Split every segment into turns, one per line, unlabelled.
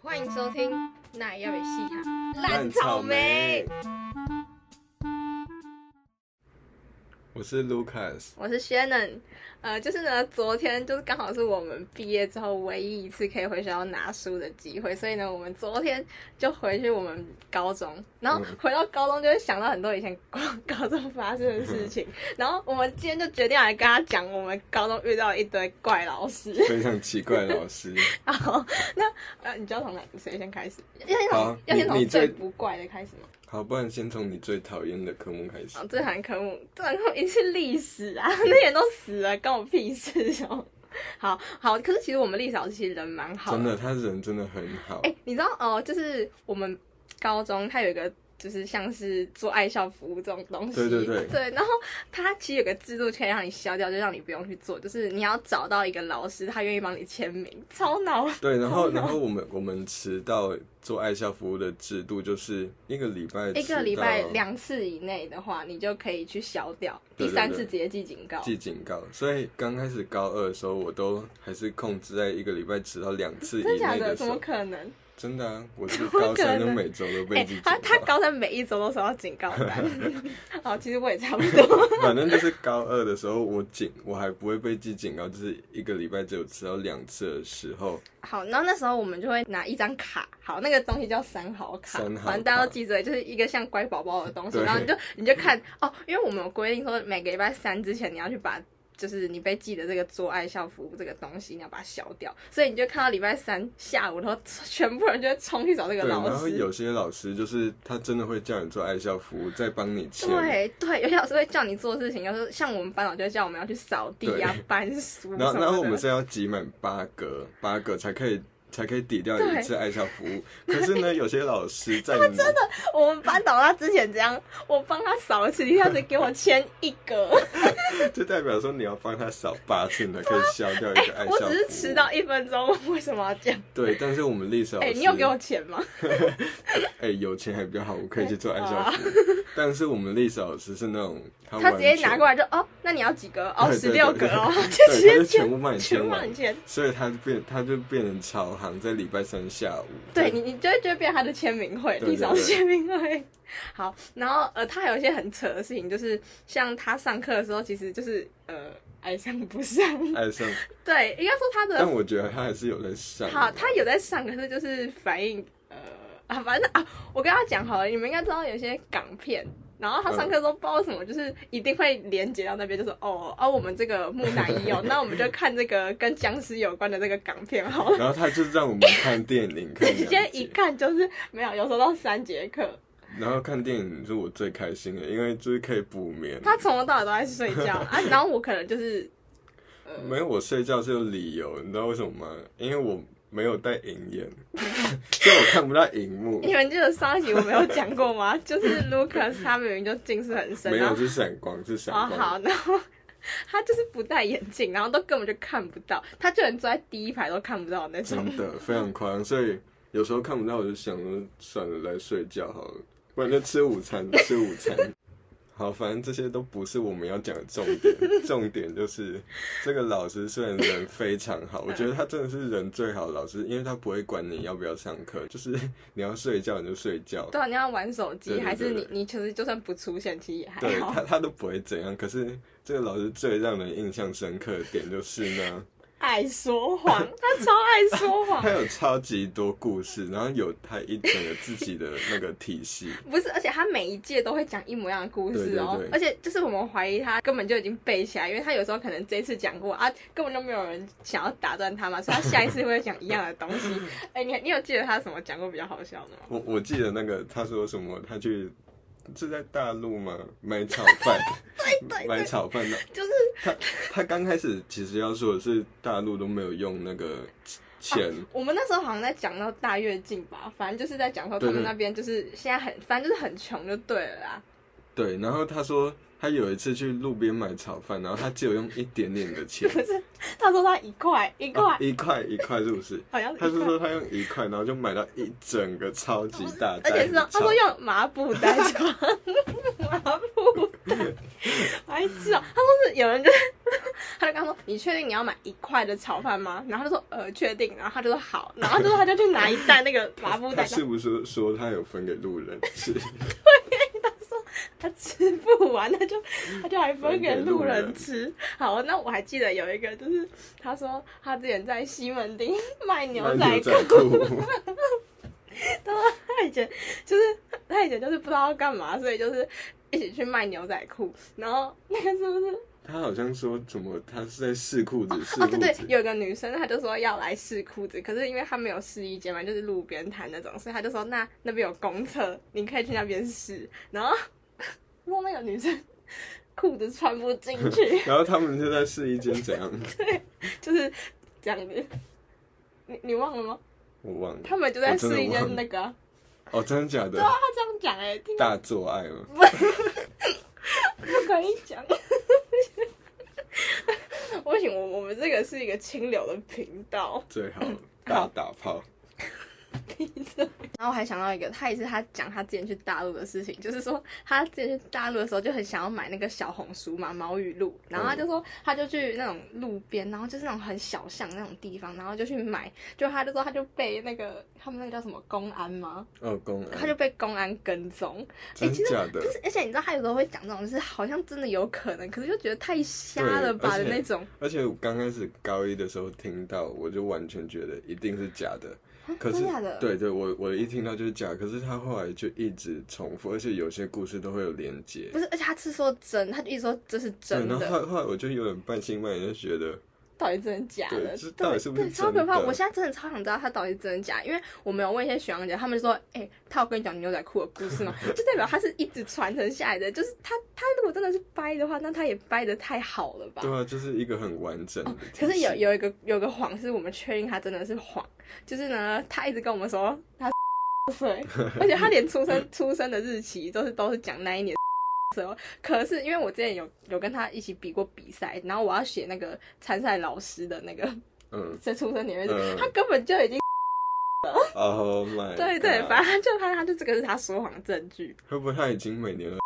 欢迎收听《那要被戏哈
烂草莓》，
我是 Lucas，
我是 Shannon。呃，就是呢，昨天就是刚好是我们毕业之后唯一一次可以回学校拿书的机会，所以呢，我们昨天就回去我们高中，然后
嗯
回到高中就会想到很多以前高中发生的事情，
嗯
然后我们今天就决定来跟他讲我们高中遇到一堆怪老师。
非常奇怪的老师。
好，那呃，你知道从哪谁先开始？要先
好
从要先
你
从
你最
最不怪的开始吗？
好，不然先从你最讨厌的科目开始
啊，。这堂科目，这堂科目一定是历史啊，那些人都死了，关我屁事哦。好好，可是其实我们历史老师其实人蛮好
真的，他人真的很好
啊哎、，你知道哦、就是我们高中它有一个就是像是做爱校服务这种东西，
对对对
然后它其实有个制度可以让你消掉，就让你不用去做，就是你要找到一个老师，他愿意帮你签名，超脑
对，然后然后我们我们迟到做爱校服务的制度就是一个礼拜
一个礼拜
迟到
两次以内的话，你就可以去消掉，
对
第
对
三
对
次直接记警告。
记警告，所以刚开始高二的时候，我都还是控制在一个礼拜迟到两次以
真的假
内
的？
的时
怎么
候。
可能？
真的啊，我是
怎么
高
可
三就
能
每周都
哎、
被记警
他他
告。
高三每一周都收到警告单。 哦，其实我也差不多。
反正就是高二的时候，我警我还不会被记警告，就是一个礼拜只有迟到两次的时候，
好，然后那时候我们就会拿一张卡，好，那个东西叫三好卡，
三好卡
反正大家都记着，就是一个像乖宝宝的东西。
对
然后你就你就看哦，因为我们有规定说，每个礼拜三之前你要去把。就是你被记的这个做爱校服务这个东西，你要把它消掉，所以你就看到礼拜三下午，然后 全部人就会冲去找这个
对，
老师。
然后有些老师就是他真的会叫你做爱校服务，再帮你签。
对对，有些老师会叫你做事情，就是像我们班长就会叫我们要去扫地啊、搬书什
然
么
后然后我们
的。
是要集满八格，八格才可以。才可以抵掉一次爱校服务，可是呢，有些老师 在你真的
我们班长他之前这样，我帮他扫一次地，他只给我签一格，
就代表说你要帮他扫八次，你才可以消掉一个爱校服
哎我
务。
只是迟到一分钟，为什么要这样？
对，但是我们历史老师，
哎、你有给我钱吗？
哎、有钱还比较好，我可以去做爱校服务。但是我们历史老师是那种他
哎啊他直接
完全
拿过来就哦，那你要几格？哦，
对
十
对
六
对
格 哦，
对
就直
他
接
就
签
全，部帮你
全
签
部帮
完
你，签。
所以他变他就变成超行，在礼拜三下午。
对你，你就会就会变他的签名会，
对对
地上
对
签名会。 好，然后呃，他还有一些很扯的事情，就是像他上课的时候，其实就是呃爱上不上。
爱上
对，应该说他
呃但
的
我觉得他还是有在上。
好，他有在上，可是就是反应呃啊，反正啊，我跟他讲好了，你们应该知道有些港片。然后他上课都不知道什么，就是一定会连接到那边，就是哦，哦，我们这个木乃伊 哦，那我们就看这个跟僵尸有关的这个港片好了。
然后他就让我们看电影，看
直接
两集
一看就是没有，有时候到三节课，
然后看电影是我最开心的，因为就是可以补眠。
他从头到尾都在睡觉啊。然后我可能就是，呃，
没有我睡觉是有理由，你知道为什么吗？因为我没有戴银眼， 所以我看不到荧幕。
你们记得上一集我没有讲过吗？就是 Lucas 他明明就近视很深，
没
然后
有是闪光，是闪
啊哦，
光。
好，然后 他就是不戴眼镜，然后都根本就看不到，他就连坐在第一排都看不到那种。
真的非常夸张，所以有时候看不到，我就想说算了，来睡觉好了，不然就吃午餐， 吃午餐。好，反正这些都不是我们要讲的重点， 重点就是这个老师虽然人非常 好，我觉得他真的是人最好的老师，因为他不会管你要不要上课， 就是你要睡觉你就睡觉，
对啊，你要玩手机，
对对对
还是你
对
你其实就算不出现，其实也还
对
好
他。他都不会怎样。可是这个老师最让人印象深刻的点就是 呢，
爱说谎，他超爱说谎
他。有超级多故事，然后有他一整个自己的那个体系。
不是，而且他每一届都会讲一模一样的故事哦，
对对对
而且就是我们怀疑他根本就已经背起来，因为他有时候可能这一次讲过啊，根本就没有人想要打断他嘛，所以他下一次会讲一样的东 西。哎、你你有记得他什么讲过比较好笑的吗？
我我记得那个他说什么，他去是在大陆嘛买炒 饭，买炒饭的。
就是
他他刚开始其实要说的是大陆都没有用那个
啊
钱，
我们那时候好像在讲到大跃进吧，反正就是在讲说他
对对
们那边就是现在很，反正就是很穷就对了啦。
对，然后他说他有一次去路边买炒饭，然后他只有用一点点的钱，
他说他一块 一块、
啊一块一块是不是？
好像一
他
块
是说他用一块，然后就买到一整个超级大袋
哦而且
子
是
炒
他说用麻布袋装，麻布袋，白痴啊！他说是 有人就，他就跟他说：“你确定你要买一块的炒饭吗？”然后他就说：“呃，确定。”然后他就说：“好。”然后就说他就去拿一袋那个麻布
他
袋，
是不是说他有分给路人吃？
他吃不完，他就他就还嗯分给路
分给路人
人吃。好，那我还记得有一个，就是他说他之前在西门町卖 牛仔
牛
裤
仔，裤，
他说他以前就是他以前就是不知道要干嘛，所以就是一起去卖牛仔裤。然后那个是不是
他好像说怎么他是在试裤子，试
哦，
裤
对对，
子，，
有一个女生，她就说要来试裤子，可是因为她没有试衣间嘛，就是路边摊那种，所以她就说那那边有公厕，你可以去那边试。然后 说那个女生裤子穿不进去
然后他们就在试衣间怎样，
就是这样子。你你忘了吗？
我忘了。
他们就在
我真的
试衣
忘了
间那个啊，
哦，真的假的？
她这样讲哎、听
大做爱吗？
不可以讲。 不行，我我们这个是一个清流的频道。
最好大打炮。
然后我还想到一个，他也是他讲他之前去大陆的事情，就是说他之前去大陆的时候就很想要买那个小红书嘛，毛雨露，然后他就说
嗯
他就去那种路边，然后就是那种很小巷那种地方，然后就去买，就他就说他就被那个他们那个叫什么公安吗？
哦，公安，
他就被公安跟踪，
真
其实
假的
就？是而且你知道他有时候会讲这种，就是好像真的有可能，可是就觉得太瞎了吧
对而
的
且
那种，
而且我刚开始高一的时候听到，我就完全觉得一定是假的。可是
啊真，假的？
对对，我我一听到就是假，可是他后来就一直重复，而且有些故事都会有连接
不。是，而且他是说真，他就一直说这是真
对，然后
的，
后后来我就有点半信半疑，就觉得
到底真的假的
对，？这到底是不是
对，超
真
可怕！
的？
我现在真的超想知道他到底是真的假，因为我没有问一些学长姐，他们就说，哎、他有跟你讲牛仔裤的故事吗？ 就代表他是一直传承下来的，就是他他如果真的是掰的话，那他也掰的太好了吧？哦
对啊，就是一个很完整的体系。
可是有有一个有个谎是我们确定他真的是谎，就是呢，他一直跟我们说他 岁，而且他连出生出生的日期都是都是讲那一年时候。可是因为我之前有有跟他一起比过比赛，然后我要写那个参赛老师的那个
嗯
在出生年月日，
嗯
他根本就已经。
，Oh my，
对对，
God
反正就他，他就这个是他说谎的证据。
会不会他已经每年了？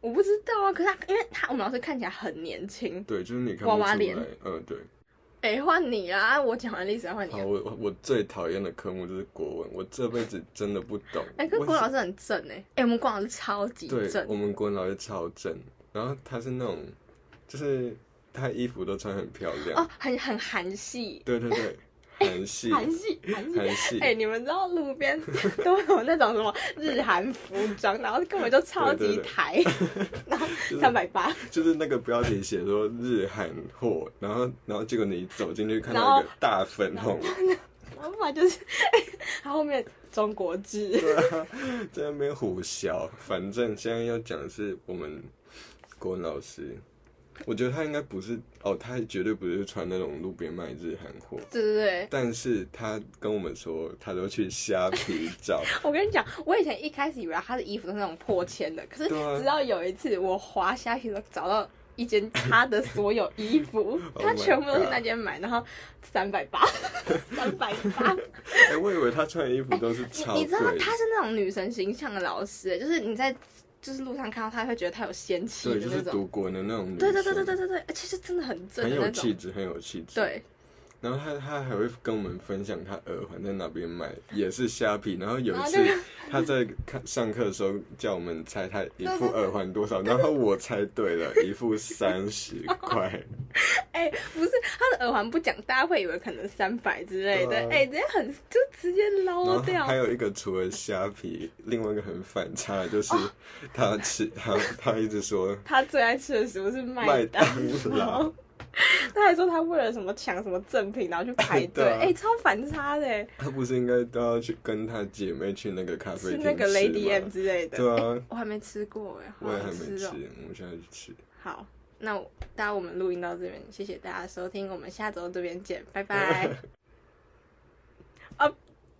我不知道啊，可是他因为他我们老师看起来很年轻。
对，就是你看
娃
不出
娃
来
脸。
嗯，对。
哎、换你啊！我讲完历史要换你
好，
啊。
我我我最讨厌的科目就是国文，我这辈子真的不懂。
哎、可
为
是郭
什
老师很正哎、哎、我们郭老师超级
对，我
正，
们国文老师超正，然后他是那种，就是他衣服都穿很漂亮。
哦，很很韩系，
对对 对，韩系，
韩系，韩系。
韩系。
哎、你们知道路 边都有那种什么日韩服装，然后根本就超
对
级
对对
台， 然后
是
三百八，
就是那个标题写说日韩货，然后然后结果你走进去看
然
到
后
一个大粉红，
然后不然就是，他后面中国制，
对啊，在那边胡笑。反正现在要讲的是我们国文老师，我觉得他应该不是哦，他绝对不是穿那种路边卖日韩货，
对对对，
但是他跟我们说他都去虾皮找，
我跟你讲，我以前一开始以为他的衣服都是那种破千的，可是
对啊
直到有一次我滑虾皮的时候找到一间他的所有衣服，
Oh
他
my
全部都去
God
那间买，然后三百八， 三百八。
哎、我以为他穿的衣服都是超
你
贵
知道
的，
他是那种女神形象的老师，欸就是你在就是路上看到他会觉得他有仙气
对，
的
就是
那种。
读国文的那种女
对对对对
生
对对对，其实真的很正
很
的那
有
种
气。质，很有气质。，
对，
然后他他还会跟我们分享他耳环在哪边买，也是虾皮。然后有一
啊
次
对
他在看上课的时候叫我们猜他一
对
副
对对
耳环多 少，然后我猜对了，一副三十 块。
哎、不是他的耳环不讲，大家会以为可能三百之类的
对啊，
哎、直接很就直接
然
捞
后
掉
还。有一个除了虾皮，另外一个很反差的就是
哦
他吃他他一直说
他最爱吃的食物是麦
麦
当
当
劳
劳。
他还说他为了什么抢什么赠品，然后去排队，
对啊
哎、超反差的欸，
他不是应该都要去跟他姐妹去那个咖啡
是
厅
那个
吃
Lady
吗
M 之类的。
对啊
欸我还没吃过哎，
我也还
好想
没吃，
哦
我们现在去吃，
好，那我大家我们录音到这边，谢谢大家收听，我们下周这边见，拜拜。 啊，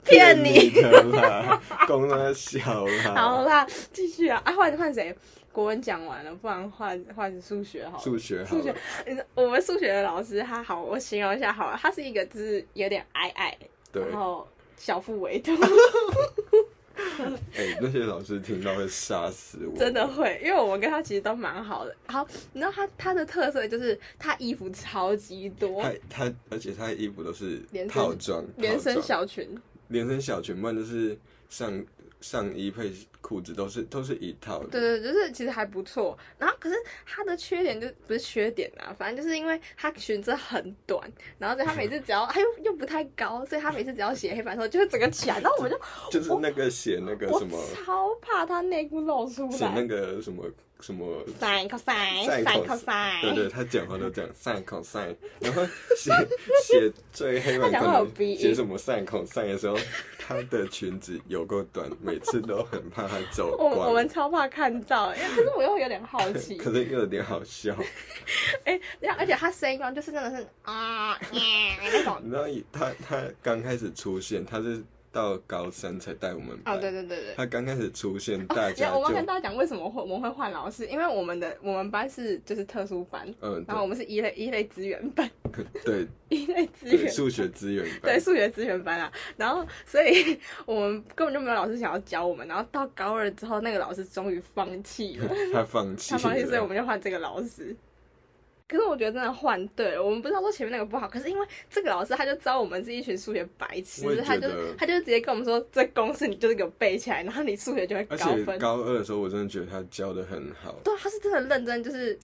骗你！
的啦，公他小 啦，
好啦，继续啊，啊换换谁？国文讲完了，不然换换数学好了。
数学好
数学
了，
你知道我们数学的老师他好，我形容一下好了，他是一个就是有点矮矮，
对，
然后小腹围肚，
哎、那些老师听到会杀死我，
真的会，因为我们跟他其实都蛮好的。好，你知道他他的特色就是他衣服超级多，
他他，而且他的衣服都是
连身
套装，
连身
套装
小裙，
连身小裙，不然就是上上衣配裤子都是都是一套的。
对对，对就是其实还不错。然后可是他的缺点就不是缺点啊，反正就是因为他裙子很短，然后所以他每次只要他又又不太高，所以他每次只要写黑板的时候就会整个起来，然后我们就
就是那个写那个
我
什么
超怕他内裤露出
写那
来。
个什么什么，
三 cosine，
赛
三
口
cosine，
对对，他讲话都讲 sin cos，然后写写最黑板
他讲
可
话有鼻
能
音
写什么 sin cos 的时候，她的裙子有够短，每次都很怕她走
我我
光
们。超怕看到，因为可是我又有点 好奇，
可是又有点好笑，
哎，然后而且他声音哦就是真的是啊耶那 种，
你知道他他刚开始出现，他是到高三才带我们
哦
班，
对对对对。
他刚开始出现，大
然
家
后我
就
们跟大家讲为什么会我们会换老师，因为我们的我们班是就是特殊班，
嗯，
然后我们是一类一类资源班，
对
一类资
对
源
数学资源班
对，数学资源班啊，然后所以我们根本就没有老师想要教我们，然后到高二之后，那个老师终于放弃 了，
他放弃
他
了，
放弃，所以我们就换这个老师。可是我觉得真的换对了，我们不知道说前面那个不好，可是因为这个老师他就知道我们是一群数学白痴，
我也
他
觉
就
得
他就直接跟我们说这公式你就是给我背起来，然后你数学就会
而
高
且
分。
高二的时候，我真的觉得他教的很好，
对，他是真的认真，就是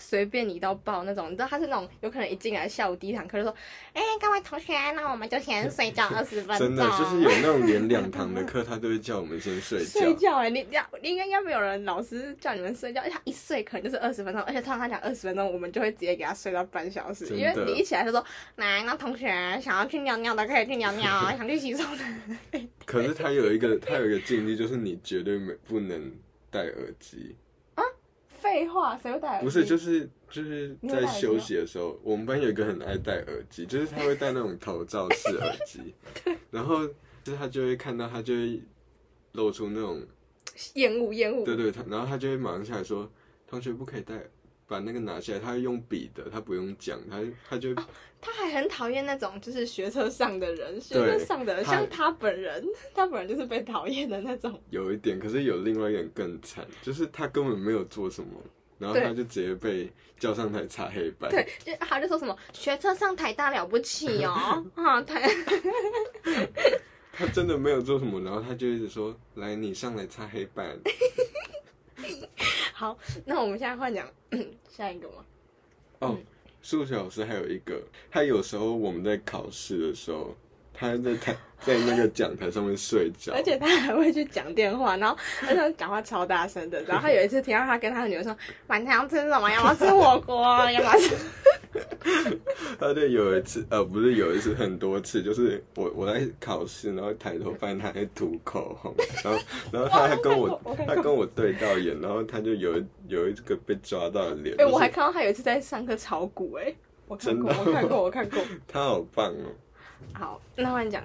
随便你到爆那种。你知道他是那种有可能一进来下午第一堂课就说：“哎、各位同学，那我们就先睡觉二十分钟。”
真的就是有那种连两 堂的课，他都会叫我们先睡
睡
觉。
觉哎、你这样应该应该没有人老师叫你们睡觉，而且他一睡可能就是二十分钟，而且通常他讲二十分钟，我们就会直接给他睡到半小时，
真
因为
的
你一起来就说来，那同学想要去尿尿的可以去尿尿，想去洗手 的，
可是他有一个他有一个禁忌，就是你绝对没不能戴耳机，
废话，谁会戴耳机？
不是就是是就是
你有戴
在
耳机啊吗
休息的时候，我们班有一个很爱戴耳机，就是他会戴那种头罩式耳 机，然后就是他就会看到他就会露出那种
厌恶厌恶，
对对，他然后他就会马上下来说，同学不可以带，把那个拿下来。他会用笔的，他不用讲，他他就、
他还很讨厌那种就是学车上的人，学
对
车上的人
他
像他本人， 他本人就是被讨厌的那种。
有一点，可是有另外一点更惨，就是他根本没有做什么，然后
对
他就直接被叫上台擦黑板。
对，就他就说什么学车上台大了不起 哦，啊台，
他真的没有做什么，然后他就一直说：“来，你上来擦黑 板。
好，那我们现在换讲 下一个吗？”
哦，数学老师还有一个，他有时候我们在考试的时候，他在 台在那个讲台上面睡着，
而且他还会去讲电话，然后而且他讲话超大声 的。然后他有一次听到他跟他的女儿说：“晚上要吃什么？要不要吃火锅？要不要吃
他就有一次，呃，不是有一次，很多次，就是我我在考试，然后抬头发现他在涂口红，然后然 后他还跟我
我看过我看过
他跟我对到眼，然后他就有一有一个被抓到的脸？”，
哎、
就是
我还看到他有一次在上课炒股、哎，我看过，
真的
我看过，我看过。
他好棒哦，
好，那换讲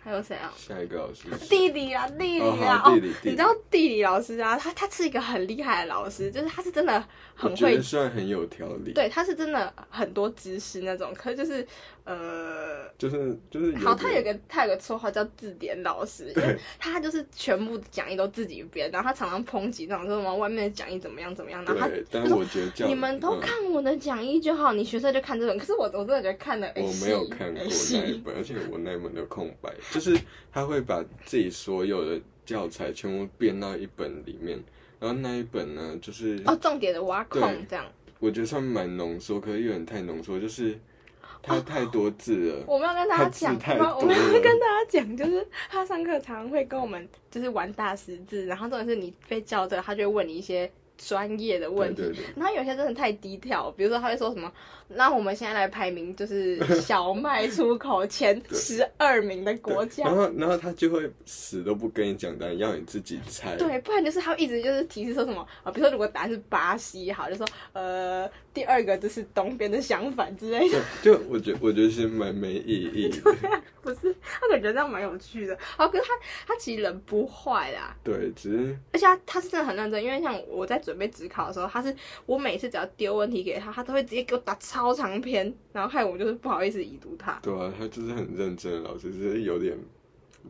还有谁啊？
下一个老师是
地理啊，地理啊，
哦好地理地
你
理
知道地理老师啊，他他是一个很厉害的老师，就是他是真的
嗯我
很
觉
会
得算很有条理，
对，他是真的很多知识那种，可是就是呃，
就是就是有
好，他有
点
个他有个绰号叫字典老师，因为他就是全部讲义都自己编，然后他常常抨击那种说什么外面的讲义怎么样怎么样，然啊后他
对，但是我觉得这样
你们都
嗯
看我的讲义就好，你学生就看这本，可是我我真的觉得哎看的
我没有看过那一本，而且我那一本的空白，就是他会把自己所有的教材全部变到一本里面，然后那一本呢，就是
哦，重点的挖空
对
这样，
我觉得算蛮浓缩，可是有点太浓缩，就是
哦
它太多字了。
我们要跟大家讲，
他
我
字太
们我
多
们
了
要跟大家讲，就是他上课常常会跟我们就是玩大十字，然后重点是你被叫这个，他就会问你一些专业的问题。
对对对
然后有些真的太低调，比如说他会说什么，那我们现在来排名就是小麦出口 前十二名的国家
然，后，然后他就会死都不跟你讲答案，要你自己猜。
哦对，不然就是他会一直就是提示说什么啊、呃比如说如果答案是巴西，好，就说呃第二个就是东边的相反之类的，
对，就我觉我觉得其实蛮没意义的。
不是？他感觉这样蛮有趣的。哦，可是他他其实人不坏啦，
对，只是
而且他他是真的很认真，因为像我在准备职考的时候，他是我每次只要丢问题给他，他都会直接给我打超长篇，然后害我就是不好意思已读他，
对啊，他就是很认真的老师，只是有点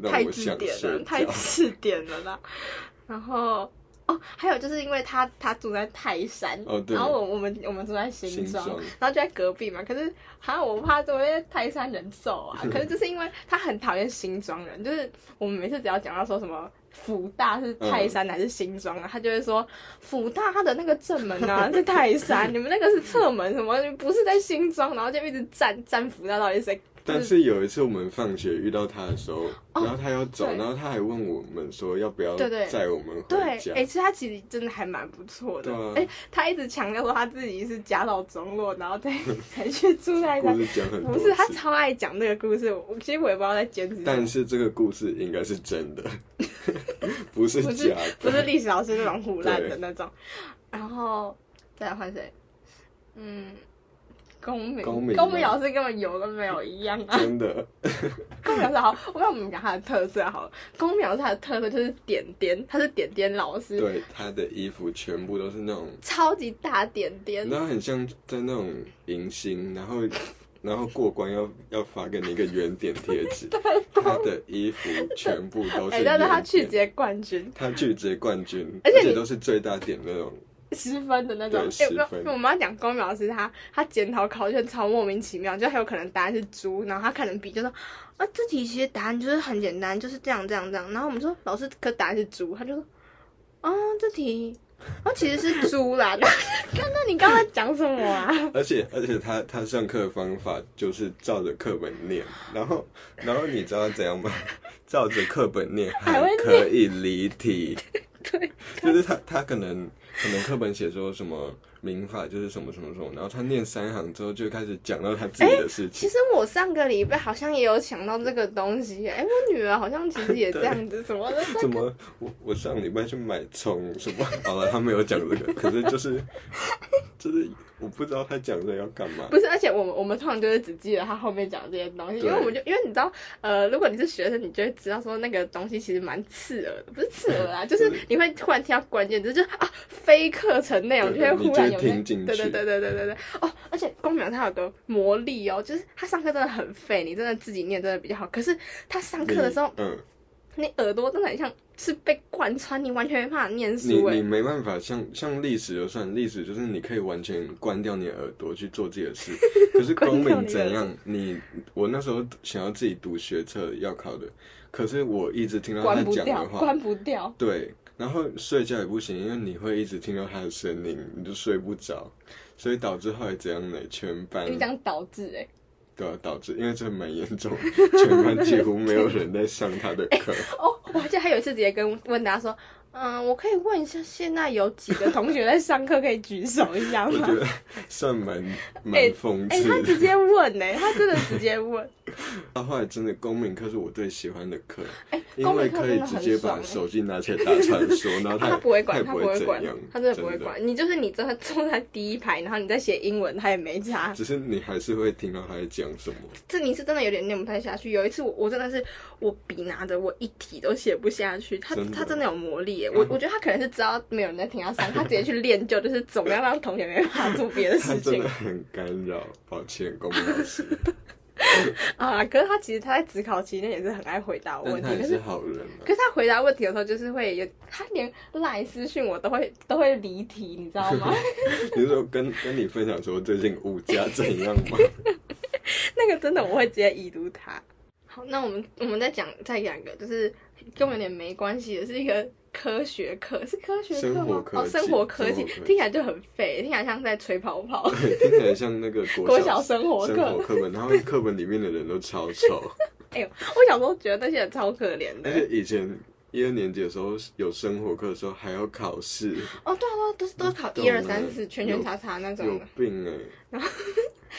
让
太
我
字
想
典
睡
了，太
觉。
字典了啦。然后哦，还有就是因为他他住在泰山，
哦对
然后我我们我们住在新
新
庄，
装
然后就在隔壁嘛。可是好像我怕都会泰山人寿 啊。可是就是因为他很讨厌新庄人，就是我们每次只要讲到说什么福大是
嗯
泰山还是新庄啊，他就会说福大他的那个正门啊是泰 山，你们那个是侧门什么，你们不是在新庄，然后就一直站站福大到底是谁。
但是有一次我们放学遇到他的时候，
哦
然后他要走，
对
然后他还问我们说要不要
对对
载我们
对，
回
哎、
家。
其实他其实真的还蛮不错的
对啊。
哎、他一直强调说他自己是家道中落，然后 再才去住在
故
那。
事讲很多
哎不
次，
是，他超爱讲这个故事。我其实我也不知道在坚持什么。
但是这个故事应该是 真的，不是
不是
假
不
的。
是历史老师那种胡乱的那种。然后再来换谁？嗯，公民，
公民啊吗
老师根本有跟没有一 样啊。
真的，
公民老师好，我跟我们讲他的特色好了。公民老师他的特色就是点点，他是点点老师，
对，他的衣服全部都是那种，
超级大点点。
然后很像在那种迎新，然后然后过关要要发给你一个圆点 贴纸，他的衣服全部都
哎、
是圆
但是他去
点，
接冠军，
他拒绝冠军，
而
而
且你
且都是最大点那种，
十分的那种。
对
哎没有
十分
因为我们要讲公民老师他他检讨考卷超莫名其妙，就很有可能答案是猪，然后他可能比就说啊这题其实答案就是很简单，就是这样这样这样。然后我们说老师可答案是猪，他就说哦这题哦其实是猪啦。 那那你刚才讲什么啊？
而且而且他他上课的方法就是照着课本念，然后然后你知道怎样吗？照着课本念
还会
还
念
可以离题。
对，
就是他他可能可能课本写说什么民法就是什么什么什么，然后他念三行之后就开始讲到他自己的事
其
情。
实我上个礼拜好像也有想到这个东西，哎、我女儿好像其实也这样 子什么的。
怎么？我我上礼拜去买葱什么？好了，他没有讲这个，可是就是就是我不知道他讲这个要干嘛。
不是，而且我们我们通常就是只记得他后面讲这些东西，因
对
为我们就因为你知道，呃，如果你是学生，你就会知道说那个东西其实蛮刺耳的，不是刺 耳啊，就是
就是
你会突然听到关键字，就是啊，非课程内容就
对
会
你
忽
就
然
会
有
听
那，
进
对对
去
对对对对对，哦，而且公苗他有个魔力哦，就是他上课真的很废，你真的自己念真的比较好，可是他上课的时候，
你嗯，
你耳朵真的很像是被贯穿，你完全没办法念
你
书哎
你。没办法，像像历史就算历史，就是你可以完全关掉你的耳朵去做自己 的事。可是
关
公
掉
民
你的耳
怎样？你我那时候想要自己读学测要考的，可是我一直听到他
关不
讲
掉，
的话，
关不掉。
对，然后睡觉也不行，因为你会一直听到他的声音，你就睡不着，所以导致后来怎样呢？全班
就这样导致哎、
对啊，导致因为这蛮严重，全班几乎没有人在上他的 课。
哦，我还记得还有一次直接跟问大家说，嗯，我可以问一下，现在有几个同学在上课，可以举手一下
我
吗
觉？得算蛮蛮
哎
讽
哎、
刺
他
的。
直接问呢、哎他真的直接问。
到后来真的公民课是我最喜欢的课，
哎、
因
公
为
民课
可
真
以
的
直
很
接
爽
把
哎、
手机拿起来打传说， 然 后
他
他
他不会管，
他
他不
也不
会
怎
管
样，，
他真的不会
的。
管。你就是你真的坐在第一排，然后你再写英文，他也没差。
只是你还是会听到他在讲什么。
这你是真的有点念不太下去。有一次我我真的是我笔拿着，我一题都写不下去。他
真的嗯
他真的有魔力耶！我我觉得他可能是知道没有人在听他上，他直接去练就，就是怎么样让同学没办法做别的
他
事
真
情
的很干扰，抱歉，公民老师。
啊。可是他其实他在职考期间也是很爱回答 我问
但
题
他，也
可
是
是。
好人、啊
可。是他回答问题的时候，就是会有他连赖私讯我都会都会离题，你知道 吗？
你是说跟跟你分享说最近物价怎样吗？
那个真的我会直接已读他。好，那我们我们再讲再讲一个，就是跟我有点没关系的，是一个科学课，是科学课
生活
吗？
科
哦，
技
生活科技
生活科技
听起来就很废，听起来像在吹泡泡。
对听起来像那个
国
国
小
小
生活
生
课
活，课本，然后课本里面的人都 超丑，
我小时候觉得那些人超可怜的
而。且以前一二年级的时候有生活课的时候还要考试，
哦，对啊，对啊，都是都是考
懂
一二
了
三四圈圈叉叉那种
有
的。
病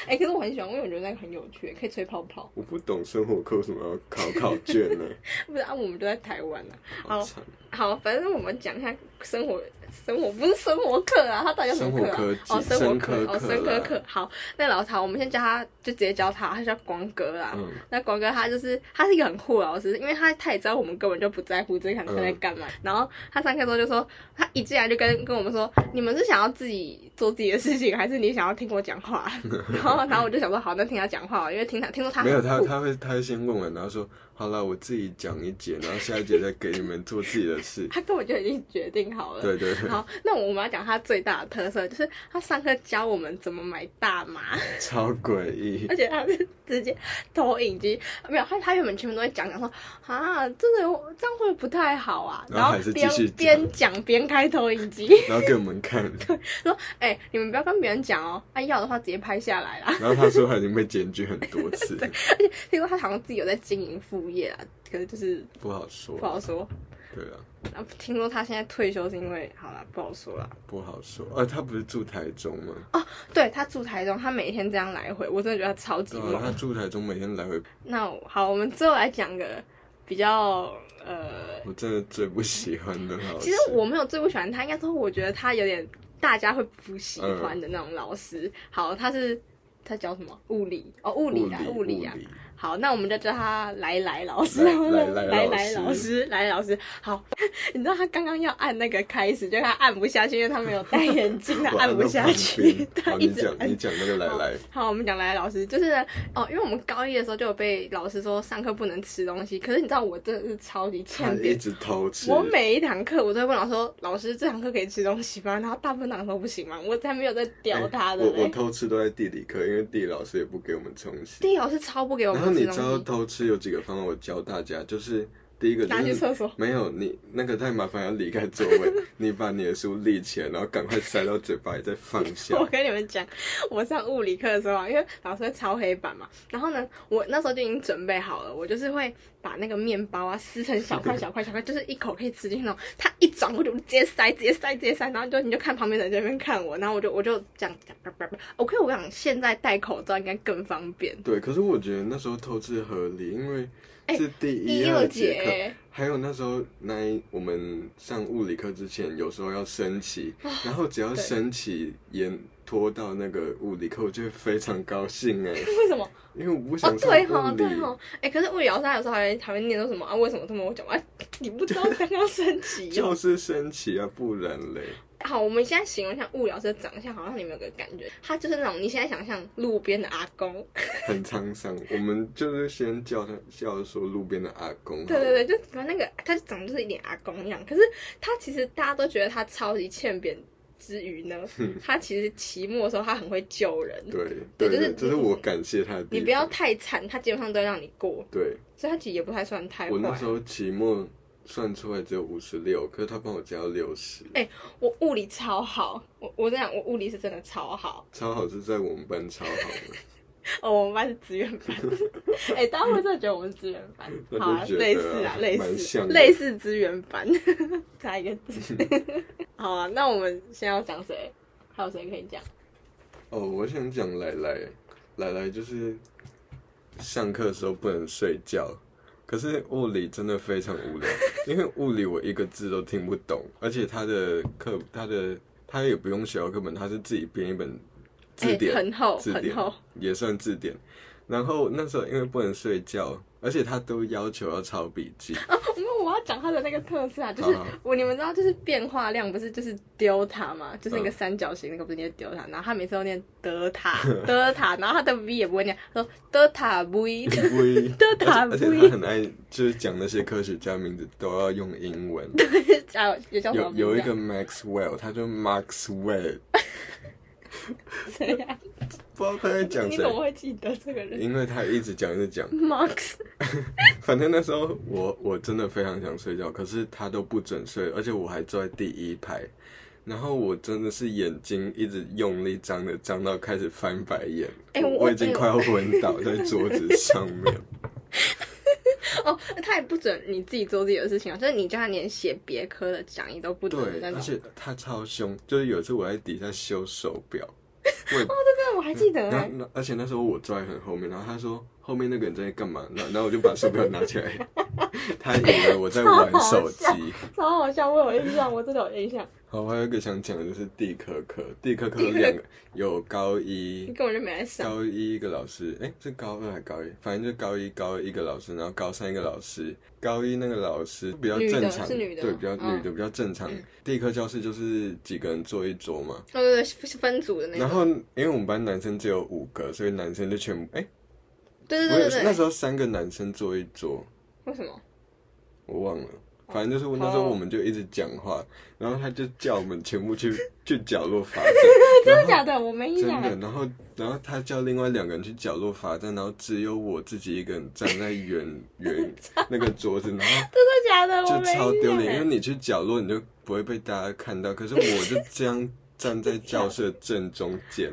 哎、
哎、可是我很喜欢，因为我觉得那个很有趣，可以吹泡泡。
我不懂生活课为什么要考考卷呢、
不是啊，我们就在台湾啊。
好
好
惨，
好，反正我们讲一下生活生活不是生活课啊，他到底叫什么课、
生活
啊
科？技
哦，生活
生科
课，哦，
课
生科
啦
课。好，那老曹，我们先教他，就直接教他，他叫光哥啦。
嗯
那光哥他就是他是一个很酷的老师，因为他他也知道我们根本就不在乎这堂课在干嘛。
嗯
然后他上课之后就说，他一进来就跟跟我们说，你们是想要自己做自己的事情，还是你想要听我讲 话？然后然后我就想说，好，那听他讲话，因为听他听说他
没有
很
他
酷。
他会他会先问完，然后说好了，我自己讲一节，然后下一节再给你们做自己的事
他根本就已经决定 好了。
对对对，
好，那我们要讲他最大的特色，就是他上课教我们怎么买大麻，
超诡异
而。且他是直接投影机，没有他他原本全部都会讲讲说啊，真的有这样会不会不太好啊，
然后还是
边
继续讲
边讲边开投影机，
然后给我们看，
说哎、你们不要跟别人讲哦，啊要的话直接拍下来啦。
然后他说他已经被检举很多次，
听说他好像自己有在经营副业啊，可是就是
不好
不
说。
好说。
对啊，
然后听说他现在退休是因为好了不好说啦。
不好说。啊，他不是住台中吗？
哦对他住台中，他每天这样来回，我真的觉得他超级
对
猛
啊，。他住台中，每天来回，
那我好，我们最后来讲个比较呃，
我真的最不喜欢的老师。
其实我没有最不喜欢他，应该说我觉得他有点大家会不喜欢的那种老师。好，他是他教什么物理哦，物理啊，物
物
理
理
啊。好，那我们就叫他来来老师，
来
好了
来
来
来
来老
老
师，来老师。好， 你知道他刚刚要按那个开始，就他按不下去，因为他没有戴眼镜，他
我
按
按
不
到
下
旁
去
边，
他
好，
一
你
直
讲
按
你讲那个来来，
好，我们讲来老师，就是呢哦，因为我们高一的时候就有被老师说上课不能吃东西，可是你知道我真的是超级
他
欠
一
扁。
直偷吃。
我每一堂课我都会问老师说：“老师，这堂课可以吃东西吗？”然后大部分堂都不行嘛，我才没有在屌他的
哎我我
嘞。
偷吃都在地理课，因为地理老师也不给我们冲洗。
地理老师超不给我
然后
们
你
吃
知道
东
偷吃有几个方法，我教大家，就是第一个
西，拿
就
去
是
厕所。
没有你那个太麻烦，要离开座 位，你把你的书立起来，然后赶快塞到嘴巴里再放 下。
我跟你们讲，我上物理课的时候啊，因为老师会抄黑板嘛，然后呢，我那时候就已经准备好了，我就是会把那个面包啊撕成小块小块小块，就是一口可以吃进去那种。他一转过去，我就直接塞，直接塞，直接塞，然后就你就看旁边的人在那边看我，然后我就我就这样讲，叭叭叭。OK，我想现在戴口罩应该更方便。
对，可是我觉得那时候偷吃合理，因为
哎
是第一、
一
二
二
节课，
节，
还有那时候那一我们上物理课之前，有时候要升旗，然后只要
啊对
升旗延拖到那个物理课，我就会非常高兴 哎、
为什么？
因为我不
哦
想，上
对哈，
物理
对。哈。哎，可是物理老师他有时候还会还会念说什么啊？为什么这么我讲话？你不知道刚刚升旗哦。
就是升旗啊，不然嘞，
好，我们现在形容一下物理老师的长相，好像你们有个感觉，他就是那种你现在想象路边的阿公，
很沧桑。我们就是先叫他叫说路边的阿公，
对对，对，就反正那个他长得就是一点阿公样，可是他其实大家都觉得他超级欠扁之余 呢，他其实期末的时候他很会救人，
对
对
对
就是
对，这是我感谢他的地方。
你不要太惨，他基本上都会让你过，
对
所以他其实也不太算太
我那
坏
时。候期末算出来只有五十六，可是他帮我加到六十，
我物理超好，我我这样我物理是真的超好，
超好是在我们班超好的。
哦，我们班是资源 班，哎、大家会真的觉得我们是资源班？
那就
好、啊，
觉得
类似啊，
蛮
类似，
像的
类似资源班，差一个字。 好啊，那我们先要讲谁？还有谁可以讲？
哦，我想讲奶奶，奶奶就是上课的时候不能睡觉，可是物理真的非常无聊，因为物理我一个字都听不懂，而且他的课他的他也不用学校课本，他是自己编一本字典，
哎很厚，
字
很
典
厚。
也算字典。然后那时候因为不能睡觉，而且他都要求要抄笔 记，
因为我要讲它的那个特色啊，就是
好好
我你们知道，就是变化量不是就是丢它嘛，就是那
嗯
个三角形那个不是念丢它，然后他每次都念德 塔德塔，然后他的 V 也不会念，他说德塔 V，
不会，
德塔
而且而且他
V，
很爱就是讲那些科学家名字都要用英文。
啊，也叫什么
有
名字啊？
有一个 Maxwell，他就 Maxwell，
谁呀？
不知道他在讲
啊你怎么
谁，
会记得这个人
因为他一直讲一直 讲。
？Max
反正那时候我我真的非常想睡觉，可是他都不准睡，而且我还坐在第一排，然后我真的是眼睛一直用力张着，张到开始翻白眼，
哎我
我已经快要昏倒在桌子上面。
哦，他也不准你自己做自己的事情啊，就是你叫他连写别科的讲义都不准
对，
的那种。
而且他超凶，就是有一次我在底下修手表， 我也
对，我还记得
然后
哎，
那而且那时候我坐在很后面，然后他说后面那个人在干嘛？然后然后我就把手表拿起来，他以为我在玩手
超好
机。
超好笑，我有印象，我真的有印象。
好，我还有一个想讲的就是地科科，地科科
地
有
科科
两个，有 高
你
一，
根本就没在想，哦
高一一个老师，哎、是高二还高一，反正就高一高一一个老师，然后高三一个老师。高一那个老师比较
女的
正常，
是女的
对，比较
嗯
女的、比较正常。地科教室就是几个人坐一桌嘛，
哦对对，是分组的那
然
个，
后因为我们班男生只有五个，所以男生就全部哎、
对对
我
对
也
对
是那
对，
时候三个男生坐一桌，
为什么？
我忘了，反正就是那时候我们就一直讲话，然后他就叫我们全 部去去角落罚站，
真
然
的
后
假的？我没印
真
象欸
的，然后然后他叫另外两个人去角落罚站，然后只有我自己一个人站在 远远那个桌子，然后
真的假的？我
就
没欸
超丢
印
脸，因为
象。
你去角落你就不会被大家看到，可是我就这样站在教室的正中间，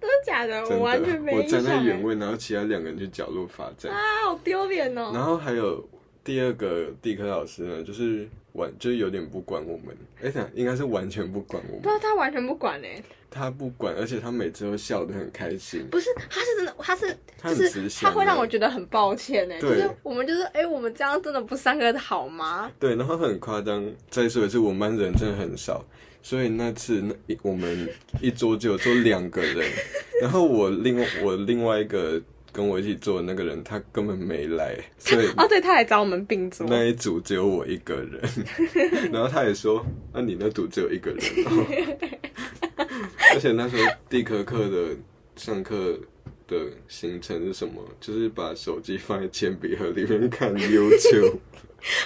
真的假的？
真
我完全
的，
没
我
印
站
象
在原
哎。
位，然后其他两个人去角落罚站。
啊，好丢脸哦！
然后还有第二个地科老师呢，就是完就是有点不管我们，哎、他应该是完全不管我
不知道
们，
他完全不管哎，
他不管，而且他每次都笑得很开心，
不是，他是真的，他是
他
就
很
是
慈祥
他
欸。
会让我觉得很抱歉哎，就
对
是我们就是哎，我们这样真的不上课好吗？
对，然后很夸张。再说一次，我们班人真的很少，所以那次那一我们一桌就有坐两个人，然后我另外我另外一个跟我一起坐的那个人他根本没来，所以
哦，对，他来找我们并桌，
那一组只有我一个人，然后他也说，那、你那组只有一个人、哦，而且那时候地科课的上课的行程是什么？就是把手机放在铅笔盒里面看 YouTube，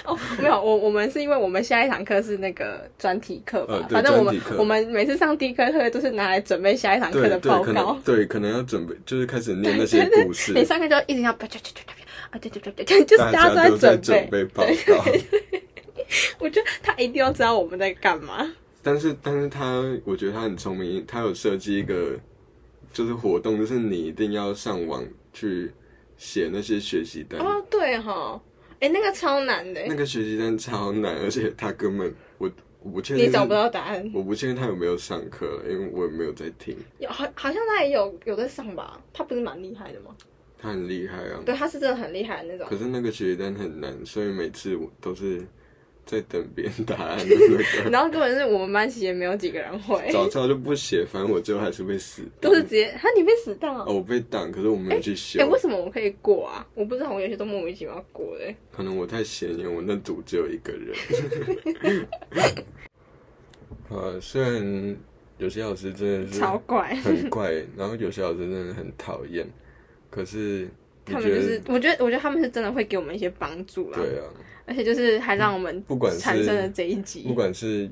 哦，没有，我我们是因为我们下一堂课是那个专题课吧，
呃对
反正我们
专题课
我们每次上第一科课都是拿来准备下一堂课
对
的
对，
报
可
告
能。对可能要准备，就是开始念那些故事
你，上课就一定要啪啪啪啪啪啊，对对对对对， 就是大
大
家
家
都
都在
准
准备报告。
我觉得他一定要知道我们在干嘛。
但是，但是他，我觉得他很聪明，他有设计一个就是活动，就是你一定要上网去写那些学习单。
哦，对哈，哎，那个超难的，
那个学习单超难，而且他根本我我不确定
你
是
找不，到答案。
我不确定他有没有上课了，因为我也没有在听。
有好，好像他也有有在上吧？他不是蛮厉害的吗？
他很厉害啊，
对，他是真的很厉害的那
可
种。
是那个学习单很难，所以每次我都是在等别人答案的那个。
然后根本是我们班其实也没有几个人会，
早知道就不写，反正我最后还是被死挡。
都是直接他你被死啊当
哦，我被挡，可是我没有去修
哎、，为什么我可以过啊？我不知道，我有些都莫名其妙过的、
可能我太显眼，我那组只有一个 人。 呃，虽然有些老师真的是
超怪。
很怪，然后有些老师真的很讨厌，可是你
他们就
觉得、
是，我觉得，我觉得他们是真的会给我们一些帮助啦，
对啊，
而且就是还让我们
不管是
产生了这一
不
集，
管是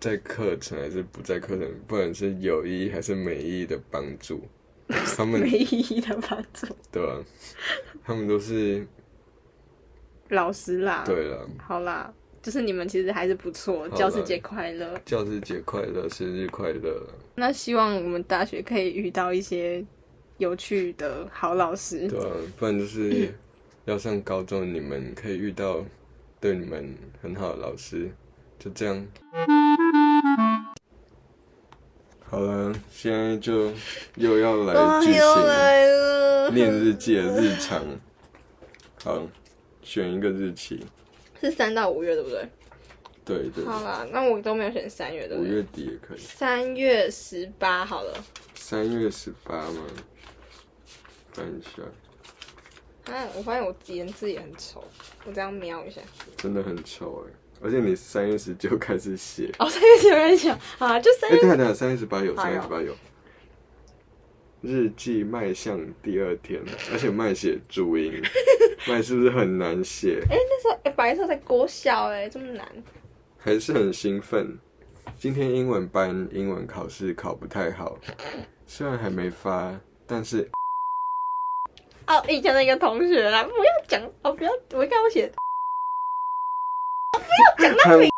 在课程还是不在课程，不管是有意义还是没意义的帮 助，他们
没意义的帮助
对啊，他们都是
老师啦，
对啊了。
好啦，就是你们其实还是不错，
啦
教师节快乐。
教师节快乐，生日快乐！
那希望我们大学可以遇到一些有趣的好老师，
对啊，不然就是要上高中，你们可以遇到对你们很好的老师，就这样。好了，现在就又要来进行
了，
念日记的日常。好，选一个日期，
是三到五月对不对？
对对，
好啦，那我都没有选三月对不
五
对？
月底也可以，
三月十八好了，
三月十八吗？看一下，
啊，我发现我颜字也很丑，我这样瞄一下。
真的很丑哎、而且你三月十九开始写，
哦，三月十八讲啊，就三
哎、
月
对啊对啊，三月十八有，
好
三
有
月十八有。日记迈向第二天，而且迈写注音， 迈是不是很难写？
那时候，哎，白色在国小哎，这么难。
还是很兴奋。今天英文班英文考试考不太好，虽然还没发，但是
哦，以前的一个同学啦，不要讲哦，不要，我应该会写，哦
他 们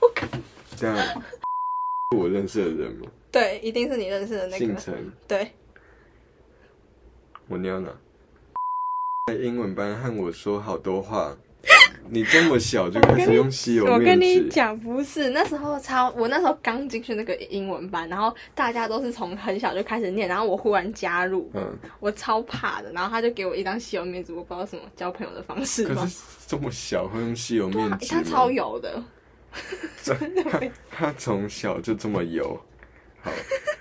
我 靠，
这样，是我认识的人吗？
对，一定是你认识的那
姓
个，
陈，啊
对，
我尿呢？在英文班和我说好多话，你这么小就开始用稀有
我
面
跟你
纸，
讲，不是那时候超，我那时候刚进去那个英文班，然后大家都是从很小就开始念，然后我忽然加入，
嗯，
我超怕的，然后他就给我一张稀有面纸，我不知道什么交朋友的方式
可
吗？
是这么小会用稀有
哇
面纸
他
吗？
超 油的，
他从小就这么油。 好，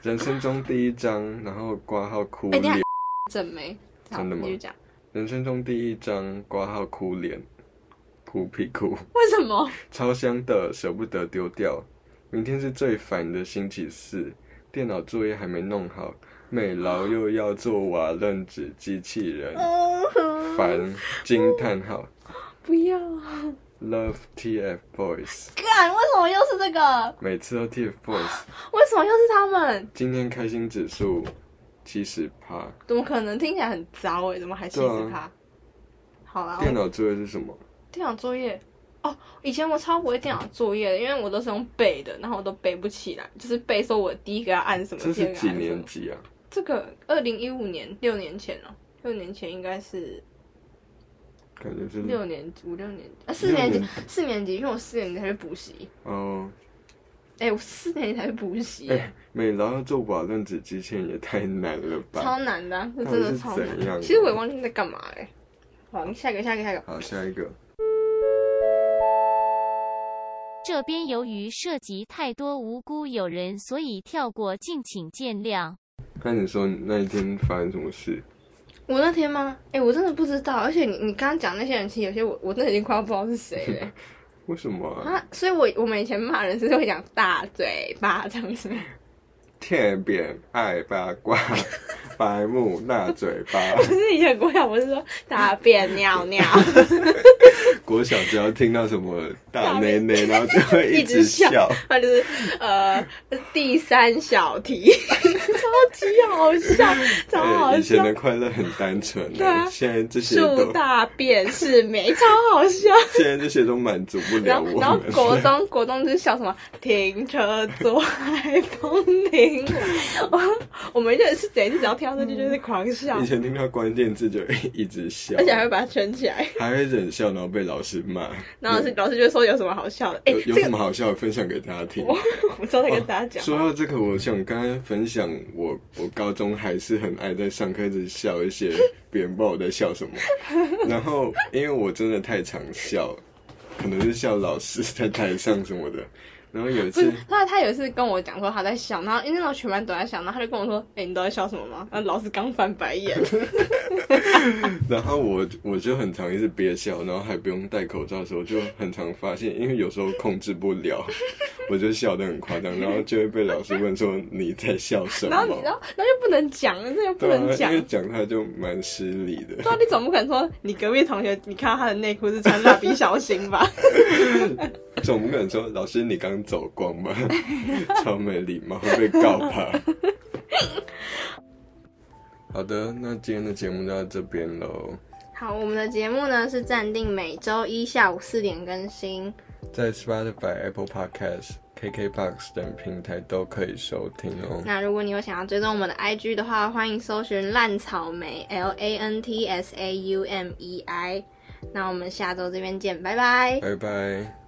人生中第一章，然后挂号哭
哎等一
脸
下。正妹，好
真的吗
继续讲，
人生中第一章，挂号哭脸，哭屁哭，
为什么？
超香的，舍不得丢掉。明天是最烦的星期四，电脑作业还没弄好，美劳又要做瓦楞纸机器人，
哦嗯
烦惊叹号
不要
，Love TFBOYS，
干！为什么又是这个？
每次都 TFBOYS，
为什么又是他们？
今天开心指数七十趴。
怎么可能？听起来很糟哎，怎么还七
对啊
十趴？好啦，我
电脑作业是什么？
电脑作业哦，以前我超不会电脑作业的，因为我都是用背的，然后我都背不起来，就是背说我第一个要按什么，
这
第
是
二个
几
按什
年
么。
级啊？
这个二零一五年六年前哦，六年前应该是
感觉是
六年级五六年级啊四年
嗯六
级
年
四年级，因为我四年级才去补习，
哦。
哎、我四年级才去补习、
哎、美劳要做瓦楞纸机器人也太难了吧！
超难的啊、这
到
真
底
的
是
超
怎样
难。
啊
其实我也忘记在干嘛哎、好，下一个，下一个，下一个。
好，下一个，
这边由于涉及太多无辜友人，所以跳过，敬请见谅。
那你说你那一天发生什么事？
我那天吗？哎、我真的不知道。而且你你刚刚讲那些人，其实有些我我真的已经快要不知道是谁 了欸、
为什么啊？
啊，所以我我们以前骂人是会讲大嘴巴这样子，
舔扁爱八卦，白目大嘴 巴，
可是以前国小不啊是说大便尿尿，
国小只要听到什么大
大
内
内
内，然后就会
一
直哎
直笑，他就是呃第三小题，超级好笑，超
哎，
好
以前
笑，
的快乐很单纯欸
对啊
现在这些
树
都，
大便是美，超好 笑。
现在这些都满足不了
然
我
后
们。
然后 国中国中就是笑什么停车坐海风铃，我我们就是每次只要听到这句就是狂笑
嗯以，前听到关键字就会一直笑，
而且还会把它圈起来。
还会忍笑，然后被老师骂。
然后老师老师就会说有什么好笑的？哎、
嗯有
这
有哦
个
什么好笑的分享给大家听？
我我之后再跟大家讲。
说到这个，我想刚刚分享我，我高中还是很爱在上课一直笑一些，别人不知道我在 笑什么。然后因为我真的太常笑了，可能是笑老师在台上什么的。然后有一
不是
次，，
他他有一次跟我讲说他在笑，然后因为那时候全班都在笑，然后他就跟我说：“哎、你都在笑什么吗？”然后老师刚翻白眼，
然后我我就很常一直憋笑，然后还不用戴口罩的时候，就很常发现，因为有时候控制不了， 我就笑得很夸张，然后就会被老师问说你在笑什
然后你知
么？
道，然后又不能讲，这又不
哦对啊，
能讲
因为。讲他就蛮失礼的。
对啊，你总不可能说你隔壁同学，你看到他的内裤是穿蜡笔小新吧？
总不可能说老师你刚走光吧， 超没礼貌，会被告吧。 好的，那今天的节目就到这边喽。
好，我们的节目呢是暂定每周一下午四点更新。
在 Spotify、Apple Podcast、KKBox 等平台都可以收听哦。
那如果你有想要追踪我们的 IG 的话，欢迎搜寻烂草莓 L A N T S A U M E I。那我们下周这边见，拜拜。
拜拜。